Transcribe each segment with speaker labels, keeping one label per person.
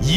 Speaker 1: 以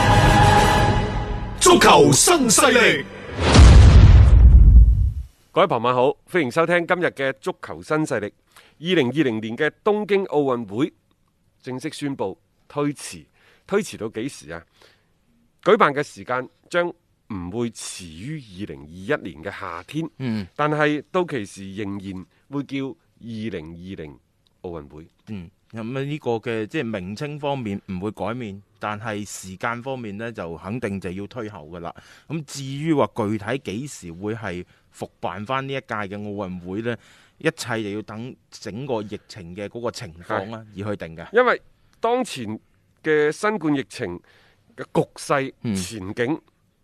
Speaker 1: 足球新勢力，
Speaker 2: 各位傍晚好，歡迎收聽今日嘅足球新勢力。二零二零年嘅東京奧運會正式宣布推遲，推遲到幾時啊？舉辦嘅時間將唔會遲於二零二一年嘅夏天，嗯，但係到期時仍然會叫二零二零奧運會。
Speaker 3: 嗯，咁啊呢個嘅即係名稱方面唔會改面，但係時間方面呢，就肯定就要推後噶啦。咁至於話具體幾時會係復辦翻呢一屆嘅奧運會呢？一切就要等整個疫情嘅嗰個情況啦，而去定嘅。
Speaker 2: 因為當前嘅新冠疫情嘅局勢前景，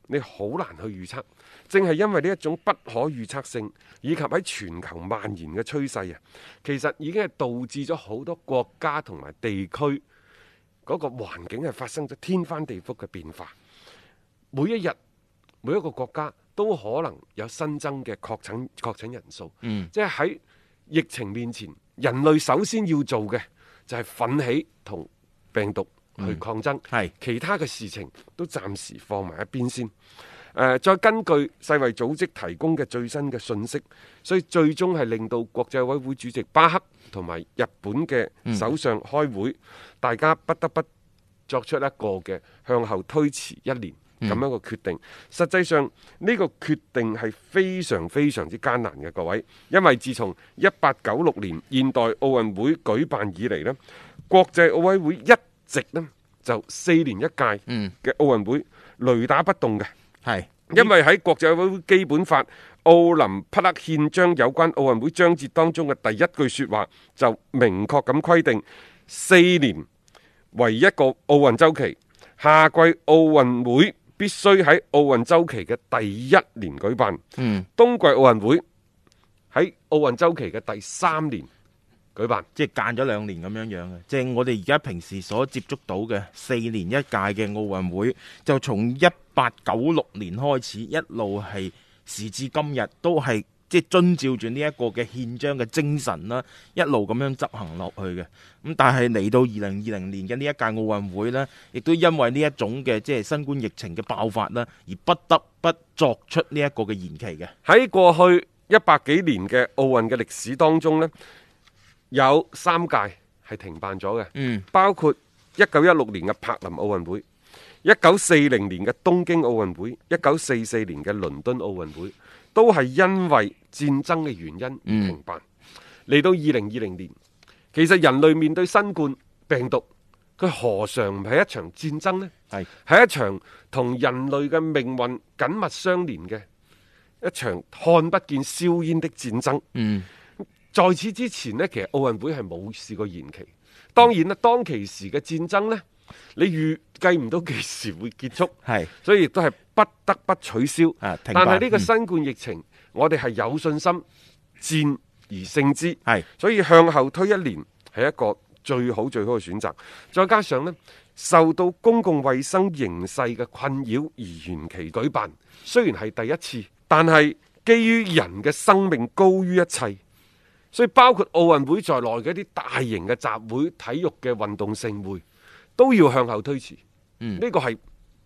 Speaker 2: 你好難去預測。正係因為呢一種不可預測性，以及喺全球蔓延嘅趨勢啊，其實已經係導致咗好多國家同埋地區嗰個環境係發生咗天翻地覆嘅變化。每一日，每一個國家都可能有新增嘅確診確診人數。
Speaker 3: 嗯
Speaker 2: 即係喺疫情面前，人類首先要做嘅就係奮起同病毒去抗爭。
Speaker 3: 嗯係
Speaker 2: 其他嘅事情都暫時放埋一邊先。誒、再根據世衛組織提供嘅最新嘅信息，所以最終係令到國際委會主席巴克同埋日本嘅首相開會，大家不得不作出一個嘅向後推遲一年咁樣嘅決定。實際上呢、個決定係非常非常之艱難嘅，各位，因為自從一八九六年現代奧運會舉辦以嚟呢，國際奧委會一直呢就四年一屆
Speaker 3: 嗯
Speaker 2: 嘅奧運會雷打不動嘅。
Speaker 3: 係
Speaker 2: 因為喺國際奧委會基本法、奧林匹克憲章有關奧運會章節當中嘅第一句説話，就明確咁規定四年為一個奧運周期，夏季奧運會必須喺奧運周期嘅第一年舉辦，
Speaker 3: 嗯，
Speaker 2: 冬季奧運會喺奧運周期嘅第三年舉辦。
Speaker 3: 即係間咗兩年咁樣樣嘅，即係我哋而家平時所接觸到嘅四年一屆嘅奧運會，就從一八九六年開始，一路係時至今日都係即係遵照住呢一個嘅憲章嘅精神啦，一路咁樣執行落去嘅。咁但係嚟到二零二零年嘅呢一屆奧運會呢，亦都因為呢一種嘅即係新冠疫情嘅爆發啦，而不得不作出呢一個嘅延期嘅。
Speaker 2: 喺過去一百幾年嘅奧運嘅歷史當中呢，有三屆係停辦咗嘅，
Speaker 3: 嗯
Speaker 2: 包括一九一六年嘅柏林奧運會、一九四零年嘅東京奧運會、一九四四年嘅倫敦奧運會，都係因為戰爭嘅原因而停辦。嚟、到二零二零年，其實人類面對新冠病毒，佢何嘗唔係一場戰爭呢？
Speaker 3: 係
Speaker 2: 係一場同人類嘅命運緊密相連嘅一場看不見硝煙的戰爭。
Speaker 3: 嗯，
Speaker 2: 在此之前呢，其實奧運會係冇試過延期。當然啦，當其時嘅戰爭呢，你預計唔到幾時會結束，
Speaker 3: 係
Speaker 2: 所以亦都係不得不取消。
Speaker 3: 啊停
Speaker 2: 但
Speaker 3: 辦
Speaker 2: 係呢個新冠疫情，我哋係有信心戰而勝之。
Speaker 3: 係
Speaker 2: 所以向後推一年係一個最好最好嘅選擇。再加上呢，受到公共衛生形勢嘅困擾而延期舉辦，雖然係第一次，但係基於人嘅生命高於一切，所以包括奧運會在內嘅一啲大型嘅集會、體育嘅運動盛會，都要向後推遲。
Speaker 3: 嗯
Speaker 2: 呢個係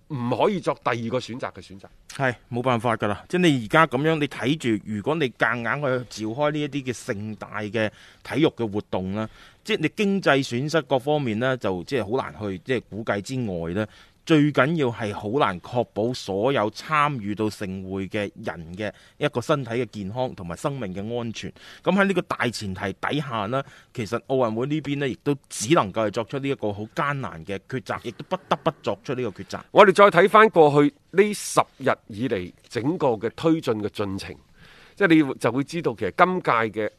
Speaker 2: 唔可以作第二個選擇嘅選擇。
Speaker 3: 係冇辦法㗎啦，即係你而家咁樣，你睇住，如果你夾硬去召開呢一啲嘅盛大嘅體育嘅活動啦，即係你經濟損失各方面呢，就即係好難去即係估計之外呢，最緊要係好難確保所有參與到盛會嘅人嘅一個身體嘅健康同埋生命嘅安全。咁喺呢個大前提底下呢，其實奧運會呢邊呢，亦都只能夠係作出呢一個好艱難嘅抉擇，亦都不得不作出呢個抉擇。
Speaker 2: 啊我哋再睇翻過去呢十日以嚟整個嘅推進嘅進程，即係你就會知道其實今屆嘅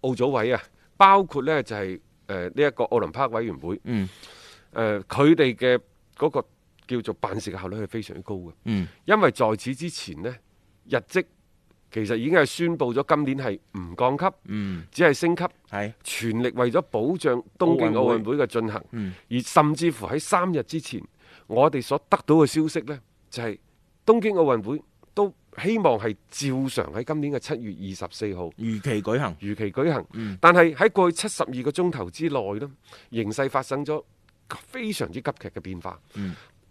Speaker 2: 奧組委啊，包括呢就係誒呢一個奧林匹克委員會，
Speaker 3: 嗯，
Speaker 2: 誒佢哋嘅嗰個叫做辦事嘅效率係非常之高嘅，
Speaker 3: 嗯，
Speaker 2: 因為在此之前呢，日職其實已經係宣布咗今年係唔降級，
Speaker 3: 嗯，
Speaker 2: 只係升級。
Speaker 3: 係
Speaker 2: 全力為咗保障東京奧運會嘅進行，而甚至乎喺三日之前，我哋所得到嘅消息呢，就係、東京奧運會都希望係照常喺今年嘅七月二十四號
Speaker 3: 如期舉行。
Speaker 2: 如期舉行。但係喺過去七十二個鐘頭之內呢，形勢發生咗非常之急劇嘅變化。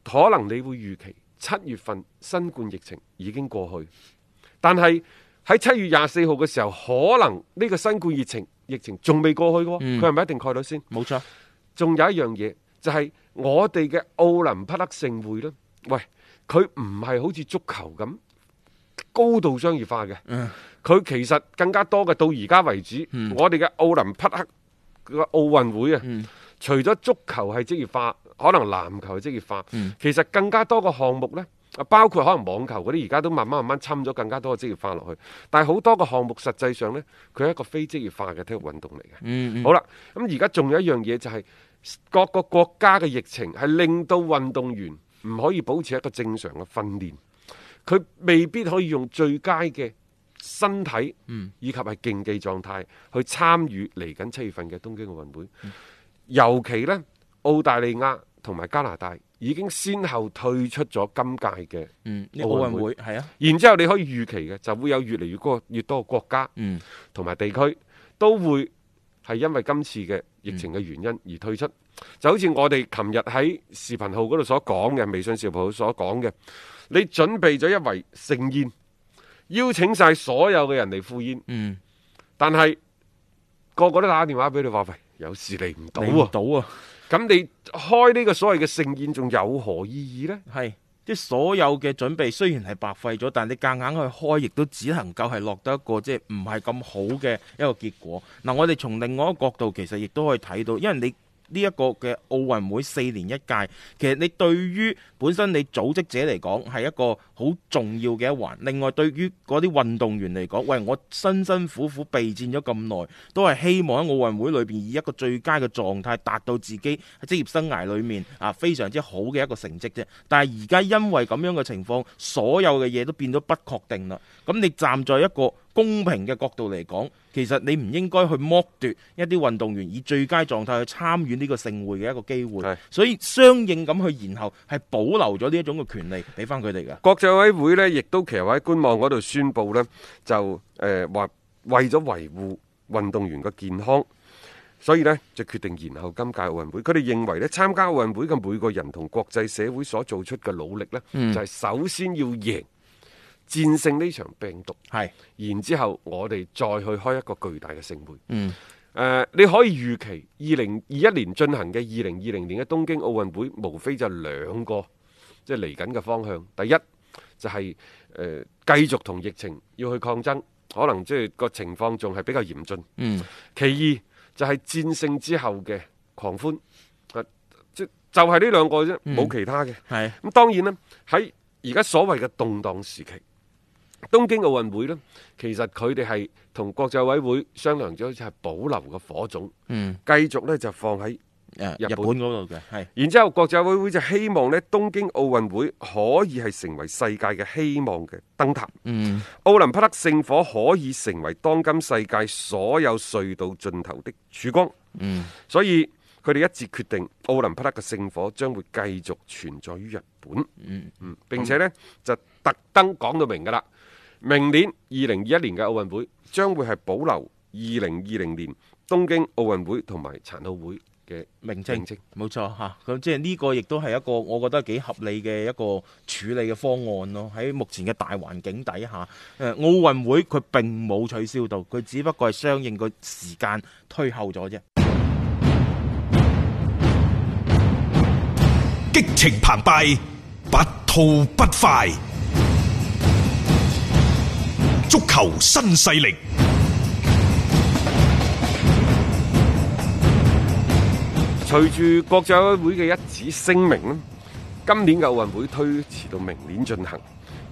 Speaker 2: 可能你會預期七月份新冠疫情已經過去，但係喺七月廿四號嘅時候，可能呢個新冠疫情疫情仲未過去嘅喎，佢係咪一定概率先？
Speaker 3: 冇錯，
Speaker 2: 仲有一樣嘢就係、我哋嘅奧林匹克盛會呢，喂，佢唔係好似足球咁高度商業化嘅，佢、其實更加多嘅到而家為止，我哋嘅奧林匹克嘅奧運會啊，除咗足球係職業化，可能籃球係職業化，其實更加多嘅項目呢。啊包括可能網球嗰啲，而家都慢慢慢慢侵咗更加多嘅職業化落去，但係好多個項目實際上呢，佢係一個非職業化嘅體育運動嚟嘅。好啦，咁而家仲有一樣嘢就係、各個國家嘅疫情係令到運動員唔可以保持一個正常嘅訓練，佢未必可以用最佳嘅身體以及係競技狀態去參與嚟緊七月份嘅東京奧運會。尤其呢，澳大利亞同埋加拿大已經先後退出咗今屆嘅，
Speaker 3: 嗯，呢
Speaker 2: 奧運
Speaker 3: 奧運
Speaker 2: 會
Speaker 3: 會係啊，
Speaker 2: 然之後你可以預期嘅就會有越嚟越多越多嘅國家
Speaker 3: 嗯，
Speaker 2: 同埋地區都會係因為今次嘅疫情嘅原
Speaker 3: 嗯
Speaker 2: 因而退出。就好似我哋琴日喺視頻號嗰度所講嘅，微信視頻號所講嘅，你準備咗一圍盛宴，邀請晒所有嘅人嚟赴宴，
Speaker 3: 嗯，
Speaker 2: 但係個個都打電話俾你話喂，有事嚟唔到
Speaker 3: 嚟唔
Speaker 2: 啊！
Speaker 3: 到啊！
Speaker 2: 咁你開呢個所謂嘅盛宴，仲有何意義呢？
Speaker 3: 係，即係所有嘅準備雖然係白費咗，但你夾硬去開，亦都只能夠係落得一個即係唔係咁好嘅一個結果。嗱、我哋從另外一個角度其實亦都可以睇到，因為你。呢一個嘅奧運會四年一屆，其實你對於本身你組織者嚟講係一個好重要嘅一環。另外對於嗰啲運動員嚟講，喂，我辛辛苦苦備戰咗咁耐，都係希望喺奧運會裏邊以一個最佳嘅狀態達到自己喺職業生涯裏面啊非常之好嘅一個成績啫。但係而家因為咁樣嘅情況，所有嘅嘢都變咗不確定啦。咁你站在一個公平嘅角度嚟講，其實你唔應該去剝奪一啲運動員以最佳狀態去參與呢個盛會嘅一個機
Speaker 2: 係
Speaker 3: 會，所以相應咁去，然後係保留咗呢一種嘅權利俾翻佢哋嘅。
Speaker 2: 國際委會呢，亦都其實喺官網嗰度宣布呢，就誒話、為咗維護運動員嘅健康，所以呢，就決定延後今屆奧運會。佢哋認為呢，參加奧運會嘅每個人同國際社會所做出嘅努力呢，就係首先要贏戰勝呢場病毒，
Speaker 3: 係，
Speaker 2: 然之後我哋再去開一個巨大嘅盛會。
Speaker 3: 嗯，
Speaker 2: 誒、呃你可以預期二零二一年進行嘅二零二零年嘅東京奧運會，無非就兩個即係嚟緊嘅方向。第一就係、誒、繼續同疫情要去抗爭，可能即係個情況仲係比較嚴峻。
Speaker 3: 嗯，
Speaker 2: 其二就係、戰勝之後嘅狂歡，啊即就係呢兩個啫，冇其他嘅。
Speaker 3: 係，
Speaker 2: 咁當然啦，喺而家所謂嘅動盪時期，東京奧運會呢，其實佢哋係同國際委會商量咗，就係保留個火種，
Speaker 3: 嗯，
Speaker 2: 繼續呢就放喺。
Speaker 3: 誒
Speaker 2: 日
Speaker 3: 日本嗰度嘅，係，
Speaker 2: 然之後，國際委會就希望呢東京奧運會可以係成為世界嘅希望嘅燈塔。
Speaker 3: 嗯，
Speaker 2: 奧林匹克聖火可以成為當今世界所有隧道盡頭的曙光。
Speaker 3: 嗯，
Speaker 2: 所以佢哋一致決定，奧林匹克嘅聖火將會繼續存在於日本。
Speaker 3: 嗯
Speaker 2: 嗯，並且呢，就特登講到明㗎啦，明年二零二一年嘅奧運會將會係保留二零二零年東京奧運會同埋殘奧會嘅
Speaker 3: 名稱
Speaker 2: 名稱。
Speaker 3: 冇錯嚇，咁、即係呢個亦都係一個我覺得幾合理嘅一個處理嘅方案咯。喺目前嘅大環境底下，誒、奧運會佢並冇取消到，佢只不過係相應個時間推後咗啫。
Speaker 1: 激情澎湃，不吐不快。足球新勢力，
Speaker 2: 隨住國際奧委會嘅一紙聲明咧，今年嘅奧運會推遲到明年進行，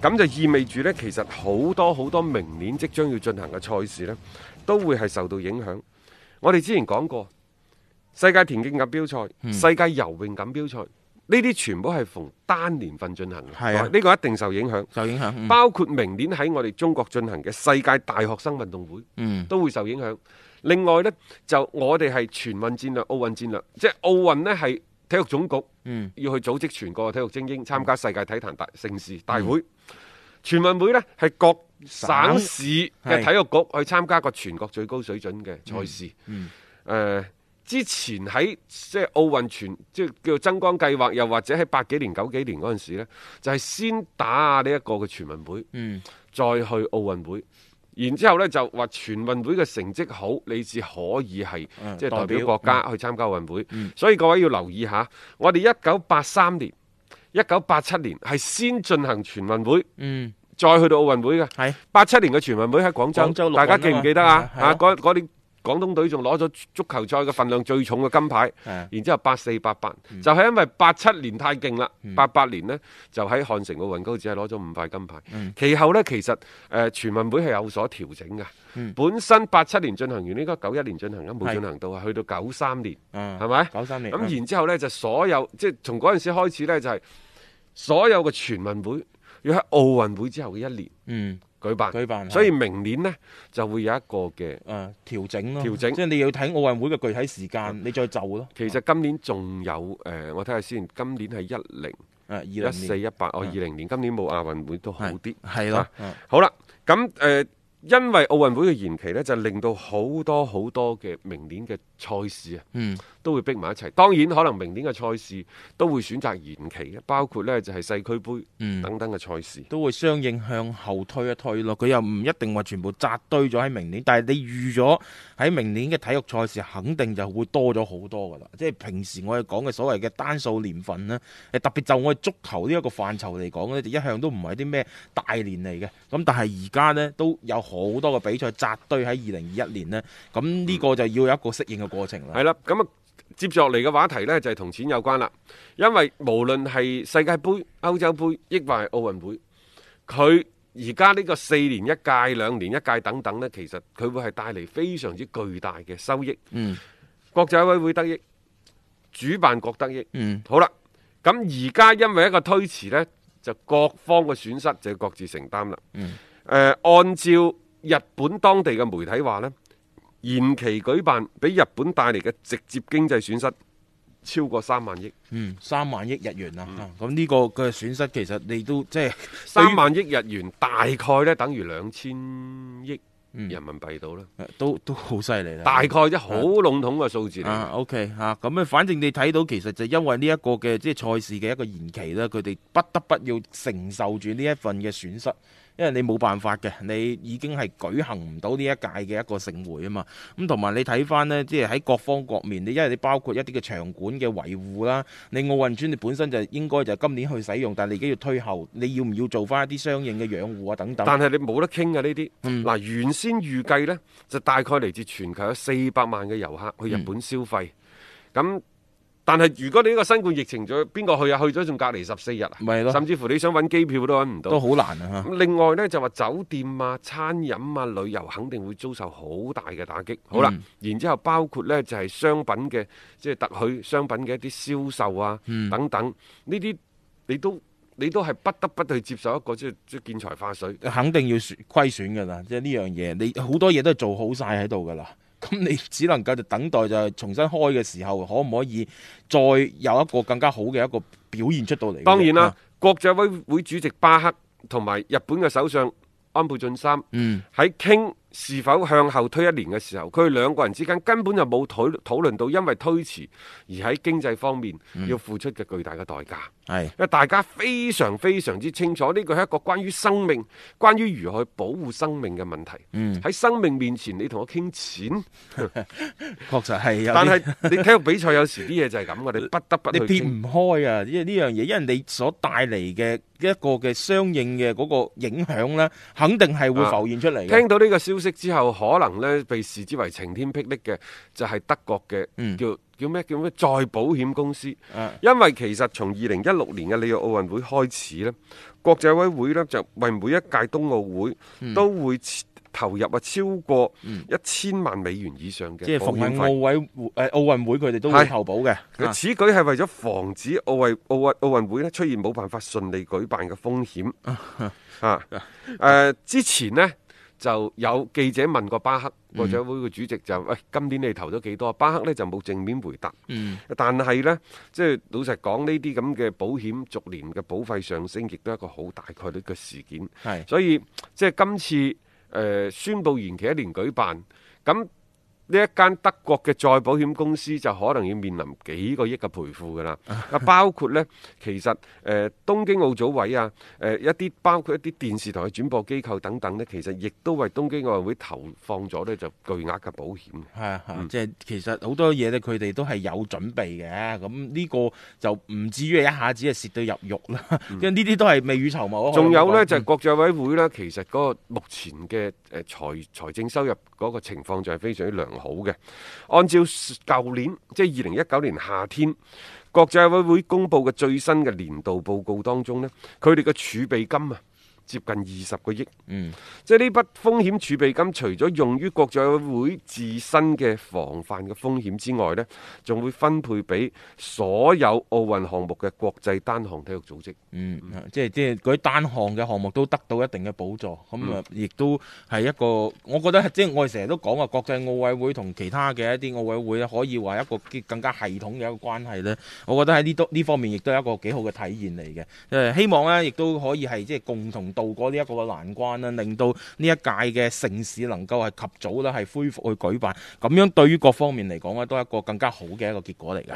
Speaker 2: 咁就意味住呢，其實好多好多明年即將要進行嘅賽事呢，都會係受到影響。我哋之前講過，世界田徑錦標賽、
Speaker 3: 嗯
Speaker 2: 世界游泳錦標賽，呢啲全部係逢單年份進行嘅，
Speaker 3: 係
Speaker 2: 呢、
Speaker 3: 啊
Speaker 2: 個一定受影響。
Speaker 3: 受影響。嗯
Speaker 2: 包括明年喺我哋中國進行嘅世界大學生運動會，
Speaker 3: 嗯
Speaker 2: 都會受影響。另外呢，就我哋係全運戰略、奧運戰略，即係奧運呢係體育總局、
Speaker 3: 嗯
Speaker 2: 要去組織全國嘅體育精英參加世界體壇大盛事
Speaker 3: 嗯
Speaker 2: 大會，全運會呢係各省
Speaker 3: 省
Speaker 2: 市嘅體育局去參加個全國最高水準嘅賽事。誒、之前喺即係奧運全即係叫做增光計劃，又或者喺八幾年、九幾年嗰陣時咧，就係、先打呢一個嘅全運會，
Speaker 3: 嗯
Speaker 2: 再去奧運會。然之後呢，就話全運會嘅成績好，你至可以係
Speaker 3: 嗯
Speaker 2: 即係代表
Speaker 3: 代表
Speaker 2: 國家去參加奧運會。所以各位要留意下，我哋一九八三年、一九八七年係先進行全運會，
Speaker 3: 嗯，
Speaker 2: 再去到奧運會嘅。
Speaker 3: 係
Speaker 2: 八七年嘅全運會喺廣州，
Speaker 3: 廣州陸運
Speaker 2: 大
Speaker 3: 啊
Speaker 2: 家記唔記得啊？
Speaker 3: 係啊
Speaker 2: 啊，嗰嗰年廣東隊仲攞咗足球賽嘅份量最重嘅金牌，
Speaker 3: 係啊嗯
Speaker 2: 然之後八四八八，就係因為八七年太勁啦，八八年呢就喺漢城奧運高只係攞咗五塊金牌。
Speaker 3: 嗯
Speaker 2: 其後呢，其實誒、呃全運會係有所調整嘅，本身八七年進行完，應該九一年進行啦，冇
Speaker 3: 嗯係
Speaker 2: 進行到啊，去到九三年，
Speaker 3: 嗯
Speaker 2: 係咪？
Speaker 3: 93年
Speaker 2: 咁
Speaker 3: 嗯
Speaker 2: 然之後呢，就所有即係從嗰陣時開始呢，就係、所有嘅全運會要喺奧運會之後嘅一年。
Speaker 3: 嗯。
Speaker 2: 舉辦，
Speaker 3: 舉辦
Speaker 2: 所以
Speaker 3: 係
Speaker 2: 明年呢就會有一個嘅。
Speaker 3: 誒、啊調整咯，
Speaker 2: 調整
Speaker 3: 即係你要睇奧運會嘅具體時間，你再就咯。
Speaker 2: 其實今年仲有誒、呃我睇下先，今年係一零
Speaker 3: 誒啊二零
Speaker 2: 一四
Speaker 3: 年嗯
Speaker 2: 一八，哦二零年，今年冇亞運會都好啲，
Speaker 3: 係咯
Speaker 2: 啊
Speaker 3: 嗯
Speaker 2: 好啦，咁誒、呃因為奧運會嘅延期呢，就令到好多好多嘅明年嘅賽事啊，
Speaker 3: 嗯
Speaker 2: 都會逼埋一齊。當然，可能明年嘅賽事都會選擇延期嘅，包括呢就係、世俱杯
Speaker 3: 嗯
Speaker 2: 等等嘅賽事。
Speaker 3: 都會相應向後推一推咯。佢又唔一定話全部扎堆咗喺明年，但係你預咗喺明年嘅體育賽事，肯定就會多咗好多噶啦。即係平時我哋講嘅所謂嘅單數年份呢，誒特別就我哋足球呢一個範疇嚟講呢，就一向都唔係啲咩大年嚟嘅。咁但係而家呢，都有好多嘅比賽扎堆喺二零二一年呢。咁呢個就要有一個適應嘅過程啦。
Speaker 2: 係啦，咁啊，接住落嚟嘅話題呢，就係、同錢有關啦，因為無論係世界盃、歐洲盃，抑或係奧運會，佢而家呢個四年一屆、兩年一屆等等呢，其實佢會係帶嚟非常之巨大嘅收益。
Speaker 3: 嗯，
Speaker 2: 國際委會得益，主辦國得益。
Speaker 3: 嗯，
Speaker 2: 好啦，咁而家因為一個推遲呢，就各方嘅損失就要各自承擔啦。嗯，按照日本當地嘅媒體話呢，延期舉辦俾日本帶嚟嘅直接經濟損失超過三萬億，
Speaker 3: 嗯，三萬億日元啊，啊咁呢個嘅損失其實你都即係
Speaker 2: 嗯三萬億日元大概呢等於兩千億
Speaker 3: 嗯
Speaker 2: 人民幣到啦，
Speaker 3: 都都好犀利啦，
Speaker 2: 大概啫，好籠統嘅數字嚟。
Speaker 3: 嗯啊，OK 嚇、咁啊，反正你睇到其實就因為呢一個嘅即係賽事嘅一個延期啦，佢哋不得不要承受住呢一份嘅損失，因為你冇辦法嘅，你已經係舉行唔到呢一屆嘅一個盛會啊嘛。咁同埋你睇翻呢，即係喺各方各面，你因為你包括一啲嘅場館嘅維護啦，你奧運村你本身就應該就今年去使用，但係你而家要推後，你要唔要做翻一啲相應嘅養護啊等等？
Speaker 2: 但係你冇得傾嘅呢啲。
Speaker 3: 嗯
Speaker 2: 嗱、原先預計呢，就大概嚟自全球有四百萬嘅遊客去
Speaker 3: 嗯
Speaker 2: 日本消費。咁、但係如果你呢個新冠疫情咗，邊個去啊？去咗仲隔離十四日啊？
Speaker 3: 咪咯
Speaker 2: 甚至乎你想揾機票都揾唔
Speaker 3: 都
Speaker 2: 到。
Speaker 3: 好難啊嚇。
Speaker 2: 咁另外呢，就話酒店啊、餐飲啊、旅遊肯定會遭受好大嘅打擊。好啦，然之後包括呢，就係、商品嘅即係特許商品嘅一啲銷售啊、等等呢啲，你都你都係不得不去接受一個即係即係見財化水。
Speaker 3: 肯定要損虧損㗎啦，即係呢樣嘢，你好多嘢都係做好晒喺度㗎啦。 咁你只能夠就等待就係重新開嘅時候，可唔可以再有一個更加好嘅一個表現出到嚟？
Speaker 2: 當然啦
Speaker 3: 啊，，
Speaker 2: 國際委會主席巴克同埋日本嘅首相安倍晉三
Speaker 3: 嗯
Speaker 2: 喺傾是否向後推一年嘅時候，佢哋兩個人之間根本就冇討討論到因為推遲而喺經濟方面
Speaker 3: 嗯
Speaker 2: 要付出嘅巨大嘅代價。
Speaker 3: 係
Speaker 2: 因為大家非常非常之清楚，呢個係一個關於生命、關於如何去保護生命嘅問題。
Speaker 3: 嗯
Speaker 2: 喺生命面前，你同我傾錢，
Speaker 3: 確實係有啲
Speaker 2: 但 係你體育比賽有時啲嘢就係咁嘅，你不得不去
Speaker 3: 你撇
Speaker 2: 傾
Speaker 3: 唔開啊！因為呢樣嘢，因為你所帶嚟嘅一個嘅相應嘅嗰個影響咧，肯定係會浮現出嚟嘅。
Speaker 2: 啊聽到呢個消息之後，可能呢被視之為晴天霹靂嘅就係、德國嘅、
Speaker 3: 嗯
Speaker 2: 叫叫咩叫咩再保險公司，
Speaker 3: 啊
Speaker 2: 因為其實從二零一六年嘅里約奧運會開始呢國際委會呢就為每一屆冬奧會、
Speaker 3: 嗯
Speaker 2: 都會投入啊超過一千萬美元以上
Speaker 3: 即
Speaker 2: 嘅
Speaker 3: 係
Speaker 2: 保
Speaker 3: 逢
Speaker 2: 險費。
Speaker 3: 係奧委誒奧運會，佢哋都會
Speaker 2: 係
Speaker 3: 投保嘅。
Speaker 2: 佢
Speaker 3: 啊
Speaker 2: 此舉係為咗防止奧運奧運奧運會咧出現冇辦法順利舉辦嘅風險啊！誒、之前呢，就有記者問過巴克國際會嘅主席就喂、今年你投咗幾多？巴克呢就冇正面回答。但係呢，即係老實講，呢啲咁嘅保險逐年嘅保費上升，亦都係一個好大概率嘅事件。
Speaker 3: 係
Speaker 2: 所以即係今次誒、呃宣布延期一年舉辦，咁呢一間德國嘅再保險公司就可能要面臨幾個億嘅賠付㗎啦。啊，包括呢，其實誒、呃、東京奧組委啊，誒、一啲包括一啲電視台嘅轉播機構等等呢，其實亦都為東京奧運會投放咗呢就巨額嘅保險。
Speaker 3: 係啊，係啊
Speaker 2: 嗯
Speaker 3: 即係其實好多嘢咧，佢哋都係有準備嘅。咁呢個就唔至於一下子係蝕到入肉啦， 因為呢啲都係未雨綢繆啊。
Speaker 2: 嗯仲有
Speaker 3: 可以
Speaker 2: 呢，
Speaker 3: 講
Speaker 2: 就係、國際委會呢，其實嗰個目前嘅誒財財政收入嗰個情況就係非常之良好嘅。按照舊年即係二零一九年夏天國際委會公布嘅最新嘅年度報告當中呢，佢哋嘅儲備金啊。接近二十個億，
Speaker 3: 嗯，
Speaker 2: 即係呢筆風險儲備金，除咗用於國際委會自身嘅防範嘅風險之外呢仲會分配俾所有奧運項目嘅國際單項體育組織。
Speaker 3: 嗯，即係即係嗰啲單項嘅項目都得到一定嘅補助，咁啊，亦都係一個，我覺得係即係我哋成日都講話國際奧委會同其他嘅一啲奧委會咧，可以話一個更加系統嘅一個關係咧。我覺得喺呢多呢方面亦都係一個幾好嘅體現嚟嘅。誒，希望咧亦都可以係即係共同渡過呢一個嘅難關啦，令到呢一屆嘅盛事能夠係及早啦係恢復去舉辦，咁樣對於各方面嚟講咧，都係一個更加好嘅一個結果嚟嘅。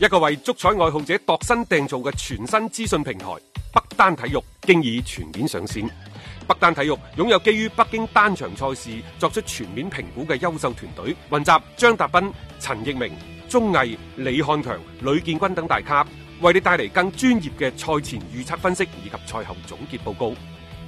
Speaker 2: 一個為足彩愛好者度身訂造嘅全新資訊平台北單體育，經已全面上線。北單體育擁有基於北京單場賽事作出全面評估嘅優秀團隊，雲集張達斌、陳奕明、鐘毅、李漢強、呂建軍等大咖，為你帶嚟更專業嘅賽前預測分析以及賽後總結報告。